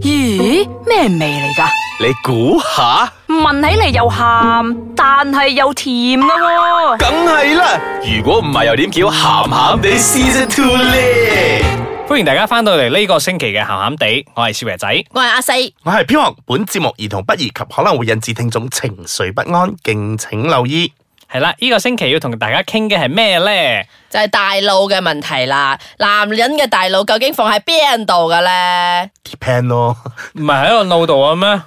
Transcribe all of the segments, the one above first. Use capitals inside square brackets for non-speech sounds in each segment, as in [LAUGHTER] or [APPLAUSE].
咦，咩味嚟噶？你估下，聞起嚟又鹹，但係又甜噶喎、梗係啦。如果唔係，又點叫鹹鹹地 Season Two 咧？ [LAUGHS] 欢迎大家翻到嚟呢个星期嘅咸咸地，我系少爷仔。我系阿四，系我係飄學，本節目兒童不宜及可能會引致聽眾情緒不安，敬請留意。系啦，呢、個个星期要同大家倾嘅系咩呢？ [LAUGHS] 就系大脑嘅问题啦。男人嘅大脑究竟放喺边度嘅咧？ depend 咯，唔系喺個腦度啊咩？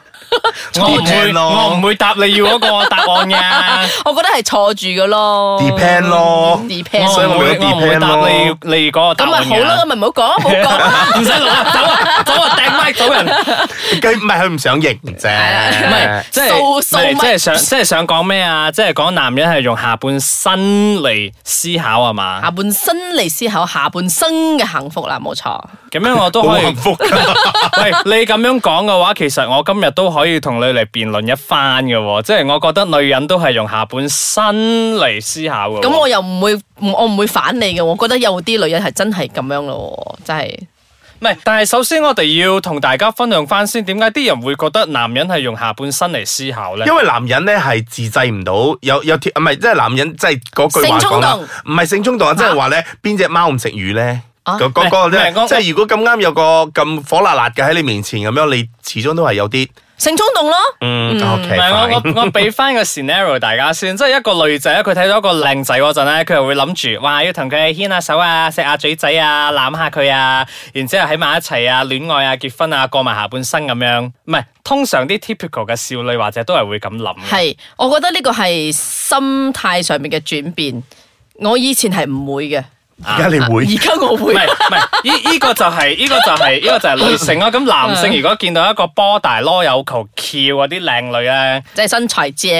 我唔會， Depend 咯我唔會答你要嗰個答案㗎。我覺得係坐住嘅咯 Depend 咯哦 depend 我所以啊唔我咪會，有我唔會 depend 答咯你要你嗰個答咁咪案好啦，咁㗎。咪唔好講，唔好 [LAUGHS] 講啦。唔使攞啦，走啊，走啊，掟麥 [LAUGHS] 走人。佢唔係佢唔想型啫，唔係，即係掃唔掃係咪即係想即係想講咩啊？即係講男人係用下半身嚟思考啊嘛。下半身嚟思考下半生嘅幸福啦，冇錯。咁樣我都好啊可以幸。福啊㗎。喂，你咁樣講嘅話，其實我今日都可以同你嚟辯論一番嘅喎。即係我覺得女人都係用下半身嚟思考嘅喎。咁我又唔會，唔我唔會反你嘅。我覺得有啲女人係真係咁樣咯，真係唔係，但係首先我哋要同大家分享翻先，點解啲人會覺得男人係用下半身嚟思考咧因？為男人咧係自制唔到，有有條唔係即係男人即係嗰句話性講衝啦動，唔係性衝動啊，即係話咧邊只貓唔食魚咧？啊嗰嗰嗰個唔係咧唔係我即係如果咁啱有個咁火辣辣嘅喺你面前咁樣，你始終都係有啲性衝動咯。嗯，OK，唔係 fine 我我我俾翻個 scenario 大家先，即係一個女仔佢睇到一個靚仔嗰陣咧，佢又會諗住哇要同佢牽下手啊、錫下嘴仔啊、攬下佢啊，然之後喺埋一齊啊、戀愛啊、結婚啊、過埋下半生咁樣。唔係，通常啲 typical 嘅少女或者都係會咁諗嘅。係，我覺得呢個係心態上面嘅轉變。我以前係唔會嘅，而家你會而家我唔會。係唔係，依依個就係依個就係依個就係女性咯。咁男性如果見到一個波大囉柚球翹嗰啲靚女咧，即係身材正，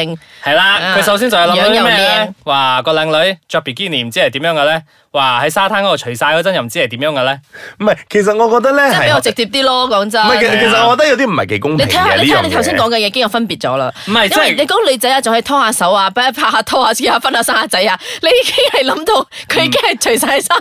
係啦，啊佢首先就係諗到啲咩樣又咧靚？哇，個靚女着 bikini 唔知係點樣嘅咧？哇，喺沙灘嗰度除晒嗰陣又唔知係點樣嘅 [LAUGHS] 咧？唔係，其實我覺得咧即係比較係直接啲咯。講真，啊唔係，其實其實我覺得有啲唔係幾公你平睇下，嘅呢你睇下樣你頭嘢先講。嘅嘢已經有分別咗啦。唔係即因為係你嗰個女仔啊，仲係拖下手啊， [LAUGHS] 拍下拖下、黐下分下生下仔啊，你已經係諗到佢已經係除晒衫，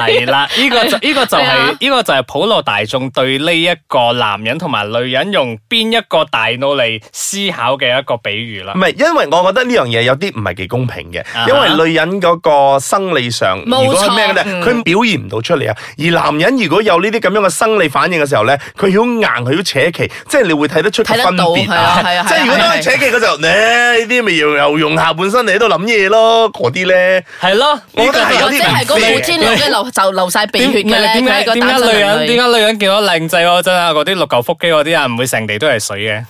係啦，呢個就呢個就係係啊呢個就係普羅大眾對呢一個男人同埋女人用邊一個大腦嚟思考嘅一個比喻啦啊唔。係，因為我覺得呢樣嘢有啲唔係幾公平嘅啊哈，因為女人嗰個生理上，如冇果係咩嘅咧錯，嗯佢表現唔到出嚟啊。而男人如果有呢啲咁樣嘅生理反應嘅時候咧，佢好硬，佢好扯旗，即係你會睇得出個睇得分到別係啊係啊即係如果係啊當係啊佢扯旗嗰時候，咧呢啲咪又又用下半身嚟喺度諗嘢咯，嗰啲咧， [LAUGHS] 係咯，我呢覺個得就係有或啲者唔係個 fair 褲嘅尖落流就流晒鼻血點唔嘅係咧。點解佢係個點單解身女啊人點女？解女人見到靚仔嗰陣啊，嗰啲六嚿腹肌嗰啲啊，唔會成地都係水嘅。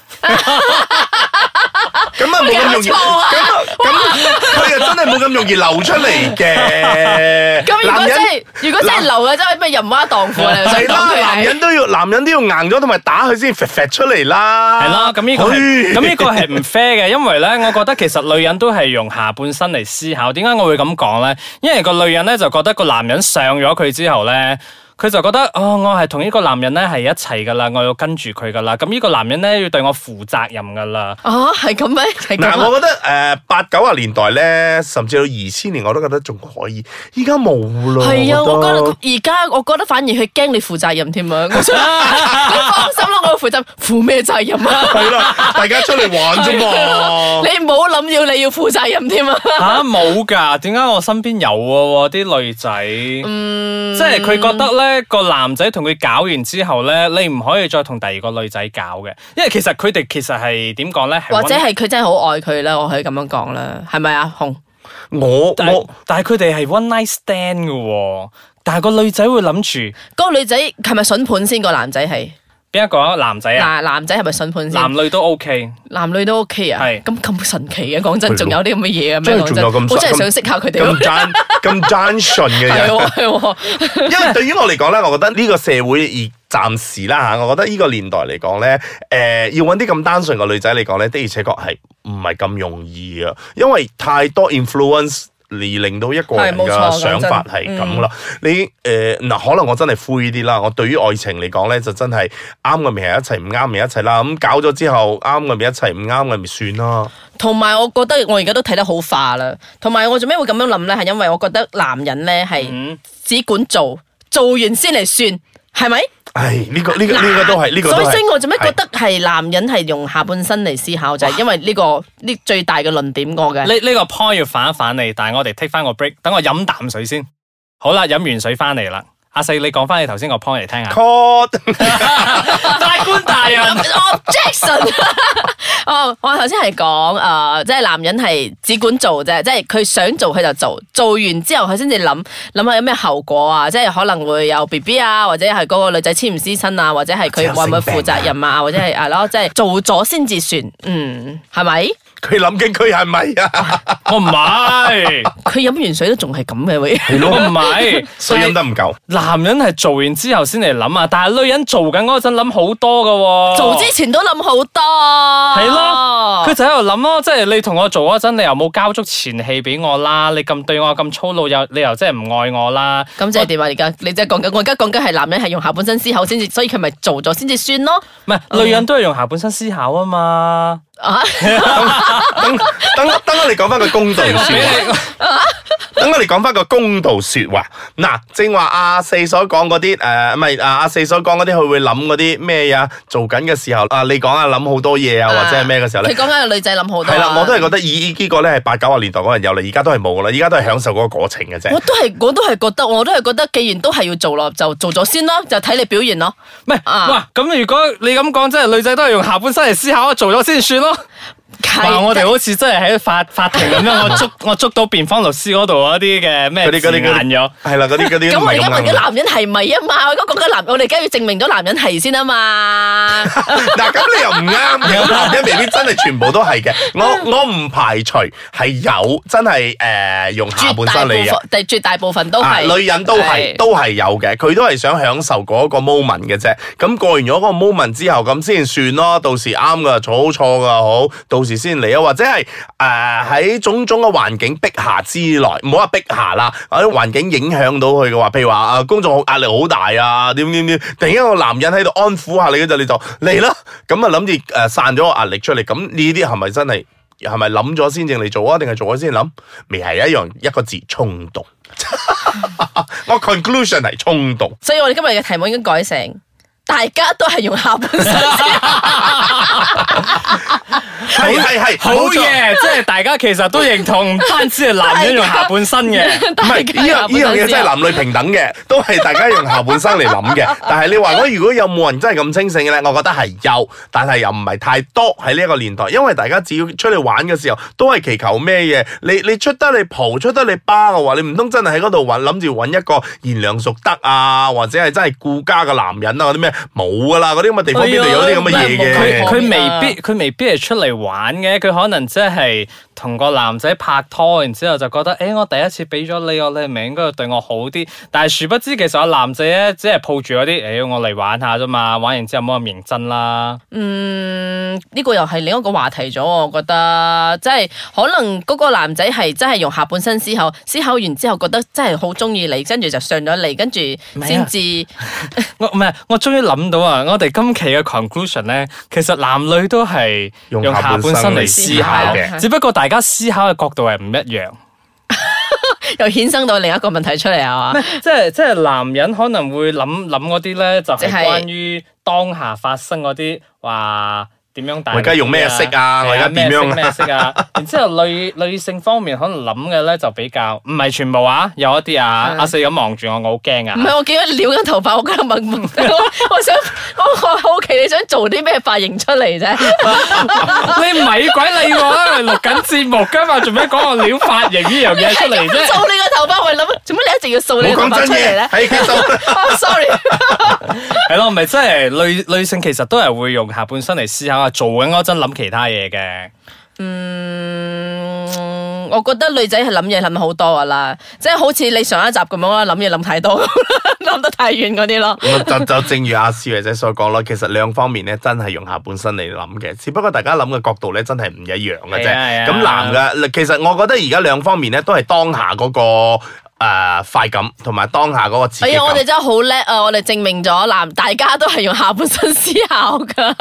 咁啊冇咁容易，搞錯啊咁啊 [LAUGHS] 咁佢又真係冇咁容易流出嚟嘅。咁如果男人真係如果真係流嘅，真係咩淫娃蕩 [LAUGHS] 婦啊？你想係講啦，佢男係人都要男人都要硬咗，同埋打佢先肥肥出嚟啦。哎係啦，咁呢個係唉咁呢個係唔 fair 嘅，因為咧，我覺得其實女人都係用下半身嚟思考。點解我會咁講咧？因為個女人咧就覺得個男人上咗佢之後咧。佢就覺得哦，我係同呢個男人咧係一齊噶啦，我要跟住佢噶啦，咁呢個男人咧要對我負責任噶啦。啊，係咁咩？係咁嗱，啊我覺得誒八九啊年代咧，甚至到二千年我都覺得仲可以，依家冇啦。係啊，我覺覺得得而家我覺得反而佢驚你負責任添啊！[LAUGHS] 我想 [LAUGHS] 你放心啦，我負責負咩責任啊？係啦，大家出嚟玩啫嘛。你唔好諗要你要負責任添啊！吓冇㗎，點解我身邊有嘅喎啲女仔？即係佢覺得咧個男仔同佢搞完之後咧，你唔可以再同第二個女仔搞嘅，因為其實佢哋其實係點講咧，係或者溫係佢真係好愛佢啦，我可以咁樣講啦，係咪啊？紅我但係我但係佢哋係 one night stand 嘅喎，但係個女仔會諗住嗰個女仔係咪筍盤先？個男仔係邊一個啊男仔啊，嗱，男仔係咪筍盤先？男男女都 OK。女都 OK 啊，係咁咁神奇嘅，講真，係咯仲有啲咁嘅嘢嘅咩？真係講仲有咁我真係想識下佢哋咁 [LAUGHS] 喎。單咁單純嘅係啊人。喎係喎，因為對於我嚟講咧，我覺得呢個社會而暫時啦嚇，我覺得呢個年代嚟講咧，誒、要揾啲咁單純嘅女仔嚟講咧，的而且確係唔係咁容易啊，因為太多 influence。而令到一個人係冇錯嘅想法講真嗯係咁啦，你誒嗱、可能我真係灰啲啦。我對於愛情嚟講咧，就真係啱嘅咪係一齊，唔啱咪一齊啦。咁搞咗之後，啱嘅咪一齊，唔啱嘅咪算啦。同埋我覺得我而家都睇得好化啦。同埋我做咩會咁樣諗咧？係嗯因為我覺得男人咧係只管做，做完先嚟算，係咪？唉，呢個呢個呢個都係呢個都啊所以係所以我做咩覺得係男人係用下半身嚟思考，就係因為呢個呢最大嘅論點我嘅呢。呢個 point 要反一反你，但係我哋 take 翻個 break，等我飲啖水先。好啦，飲完水翻嚟啦。阿四，你講翻你頭先個 point 嚟聽下。 cut 法官 [LAUGHS] 大 [LAUGHS] 人， Objection！哦，我頭先係講呃誒，即係男人係只管做啫，即係佢想做佢就做，做完之後佢先至諗諗下有咩後果啊，即係可能會有 B B 啊，或者係嗰個女仔黐唔黐身啊，或者係佢會唔會負責任啊，或者係啊咯，即係做咗先至算，嗯，係咪？佢諗緊佢係咪啊？我 [LAUGHS] 唔係，佢飲完水都仲係咁嘅會。我唔係，水飲得唔夠，男人係做完之後先嚟諗啊，但係女人做緊嗰陣諗好多噶喎。做之前都哦諗好多，係係咯，佢就喺度諗咯，即係你同我做嗰陣，你又冇交足前戲俾我啦，你咁對我咁粗魯，又你又真係唔愛我啦。咁即係點啊？而家你即係講緊，我而家講緊係男人係用下半身思考先至，所以佢咪做咗先至算咯。唔係，女人都係用下半身思考啊嘛。啊，等等等我哋講翻個公道我俾說話。你等我哋講翻個公道説話。嗱，正話阿四所講嗰啲誒，唔係啊阿四所講嗰啲，佢會諗嗰啲咩啊？做緊嘅時候啊，你講啊諗好多嘢啊，或者係咩嘅時候佢咧？講緊個女仔諗好多啊。係啦，我都係覺得以呢個咧係八九十年代嗰人有啦，而家都係冇啦，而家都係享受嗰個過程嘅啫我。都係，我都係覺得，我都係覺得，既然都係要做咯，就做咗先咯，就睇你表現咯。唔係，啊哇！咁如果你咁講，即係女仔都係用下半身嚟思考，做咗先算咯。哇！我哋好似真係喺法法庭咁樣，我捉我捉到辯方律師嗰度嗰啲嘅咩嗰啲嗰字啲嗰眼咗啲。係啦，嗰啲嗰啲咁都唔我係哋而咁啱家問緊嘅。男人係咪啊嘛？我而家講緊男，我哋而家要證明咗男人係先啊嘛。嗱，咁你又唔啱 [LAUGHS] 嘅，男人未必真係全部都係嘅。我我唔排除係有真係誒用 [LAUGHS] 下絕半啊大身部嚟嘅分。，但係絕大部分都啊係女人都係都係有嘅，佢都係想享受嗰個 moment 嘅啫。咁過完咗嗰個 moment 之後，咁先算咯。到時啱嘅錯好錯嘅好，到時先嚟啊。或者係誒喺種種嘅環境逼下之內，唔好話逼下啦，喺環境影響到佢嘅話，譬如話啊工作壓力好大啊，點點點，突然間個男人喺度安撫下你嗰陣，你就嚟啦。咁啊諗住誒散咗個壓力出嚟，咁呢啲係咪真係？係咪諗咗先正嚟做啊？定係做咗先諗？未係一樣一個字衝動。我 conclusion 係衝動，所以我哋今日嘅題目應該改成。大家都係用下半身思係係係，好冇錯。嘢，即係大家其實都認同，唔單止係男人用下半身嘅。唔係呢樣啊呢樣嘢真係男女平等嘅，都係大家用下半生嚟諗嘅。但係你話我如果有冇人真係咁清醒嘅咧，我覺得係有，但係又唔係太多喺呢一個年代，因為大家只要出去玩嘅時候，都係祈求咩嘢？你你出得你蒲，出得你巴嘅話，你唔通真係喺嗰度揾諗住揾一個賢良淑德啊，或者係真係顧家嘅男人啊嗰啲咩冇噶啦，嗰啲咁嘅地方邊度有啲咁嘅嘢哎嘅佢呀？佢啊未必佢未必係出嚟玩嘅，佢可能即係同個男仔拍拖，然之後就覺得，誒、我第一次俾咗你，我你係咪應該要對我好啲？但係殊不知其實個男仔咧，只係抱住嗰啲，誒、我嚟玩下啫嘛，玩完之後冇咁認真啦。嗯，呢個又係另一個話題咗，我覺得即係可能嗰個男仔係真係用下半身思考，思考完之後覺得真係好中意你，跟住就上咗嚟，跟住係啊先至 [LAUGHS] 我唔係，我終於諗到啊！我哋今期嘅 conclusion 咧，其實男女都係用用下半身嚟思考下半身嚟思考嘅，只不過大家思考嘅角度係唔一樣。又衍生到另一個問題出嚟 [LAUGHS] 啊嘛！ [LAUGHS] 即係即係男人可能會諗諗嗰啲咧，就即係係關於當下發生嗰啲話點樣大我力啲。而家用咩色啊係我而家點樣啊咩色咩 [LAUGHS] 色啊？然之後女女性方面可能諗嘅咧就比較唔係全部啊，有一啲啊，係阿四咁望住我，我好驚唔啊！係我見到你撩緊頭髮，我 [LAUGHS] 覺得問問，我我想我我好奇你想做啲咩髮型出嚟啫？ [LAUGHS] 你咪鬼理我啊！錄緊節目噶嘛，做咩講我撩髮型呢樣嘢出 [LAUGHS] 嚟啫？掃你個頭髮，我係諗做乜你一定要掃冇你個頭講髮真出嚟嘢， [LAUGHS] 咧係其實。 ？I'm sorry，係咯，咪即係女女性其實都係會用下半身嚟思考啊，做緊嗰陣諗其他嘢嘅。嗯，我覺得女仔係諗嘢諗好多噶啦，即係好似你上一集咁樣啦，諗嘢諗太多， [LAUGHS] 諗得太遠嗰啲咯。咁啊就 [LAUGHS] 就正如阿少爺仔所講咯，其實兩方面咧真係用下半身嚟諗嘅，只不過大家諗嘅角度咧真係唔一樣嘅啫。係啊係啊咁男嘅，其實我覺得而家兩方面咧都係當下嗰、個。誒、誒快感同埋當下嗰個刺哎激呀，我哋感。真係好叻啊！我哋證明咗男大家都係用下半身思考 [LAUGHS] 噶。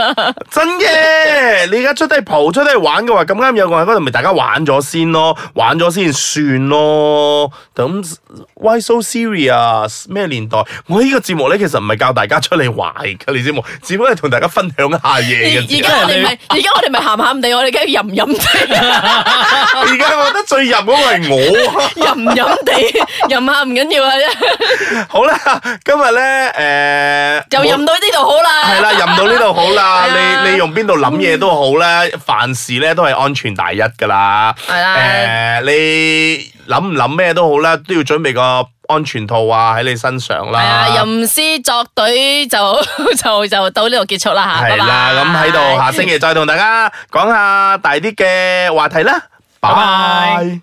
真嘅，你而家出低蒲出低玩嘅話，咁啱有個人喺嗰度，咪大家玩咗先咯，玩咗先算咯。咁 why so serious？咩年代？我呢個節目咧，其實唔係教大家出嚟玩嘅，你知冇？只不過係同大家分享下 [LAUGHS] 而嘢嘅而啫。家我哋咪而家我哋咪鹹鹹地，我哋梗係淫淫地，而家我覺得最入嗰個係我啊。[LAUGHS] 淫淫地，淫下唔緊要啊， [LAUGHS] 好啦，今日咧誒，就淫到呢度好啦。系啦，任到呢度好啦， [LAUGHS] 係啊你你用邊度諗嘢都好啦，凡事咧都係安全第一噶啦。係啦誒你諗唔諗咩都好啦，都要準備個安全套啊喺你身上係啊，啦。吟詩作對就 [LAUGHS] 就就到呢度結束啦吓。係啦，咁喺度下星期再同大家講下大啲嘅話題啦。拜拜拜。